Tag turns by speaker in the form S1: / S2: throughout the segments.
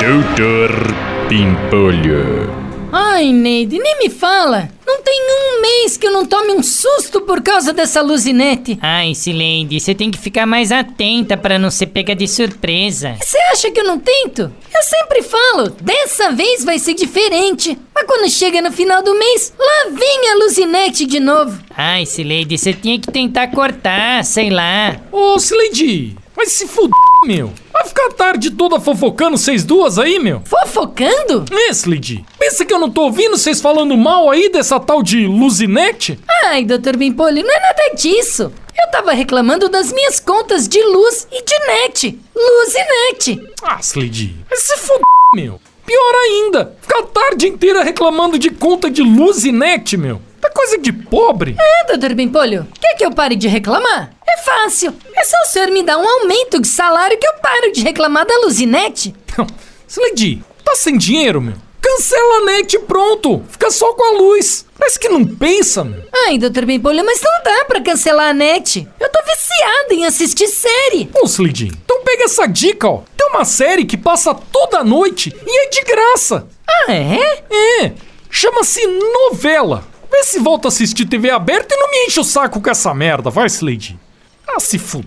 S1: Doutor Pimpolho.
S2: Ai, Neide, nem me fala. Não tem um mês que eu não tome um susto por causa dessa luzinete.
S3: Ai, Sileide, você tem que ficar mais atenta pra não ser pega de surpresa.
S2: Você acha que eu não tento? Eu sempre falo, dessa vez vai ser diferente. Mas quando chega no final do mês, lá vem a luzinete de novo.
S3: Ai, Sileide, você tinha que tentar cortar, sei lá.
S4: Ô, Sileidi, vai se fuder, meu. Vai ficar a tarde toda fofocando vocês duas aí, meu?
S2: Fofocando?
S4: É, Sileidi, pensa que eu não tô ouvindo vocês falando mal aí dessa tal de Luzinete?
S2: Ai, Dr. Bimpolho, não é nada disso. Eu tava reclamando das minhas contas de luz e de net. Luz e net.
S4: Ah, Sileidi, vai se fuder, meu. Pior ainda, ficar a tarde inteira reclamando de conta de Luzinete, meu. É coisa de pobre.
S2: É, Dr. Bimpolho, quer que eu pare de reclamar? É fácil. É só o senhor me dar um aumento de salário que eu paro de reclamar da luzinete.
S4: Não, Sledi, tá sem dinheiro, meu? Cancela a net e pronto! Fica só com a luz! Parece que não pensa, meu!
S2: Ai, Dr. Bimpolho, mas não dá pra cancelar a net. Eu tô viciada em assistir série.
S4: Ô, Sledi, então pega essa dica, ó! Tem uma série que passa toda noite e é de graça!
S2: Ah, é?
S4: É! Chama-se novela! Vê se volta a assistir TV aberta e não me enche o saco com essa merda, vai, Sledi! Ah, se fuder!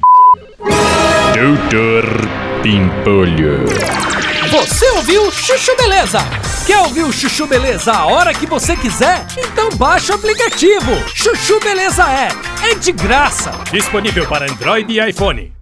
S1: Doutor Pimpolho.
S5: Você ouviu Chuchu Beleza? Quer ouvir o Chuchu Beleza a hora que você quiser? Então baixa o aplicativo Chuchu Beleza App. É de graça.
S6: Disponível para Android e iPhone.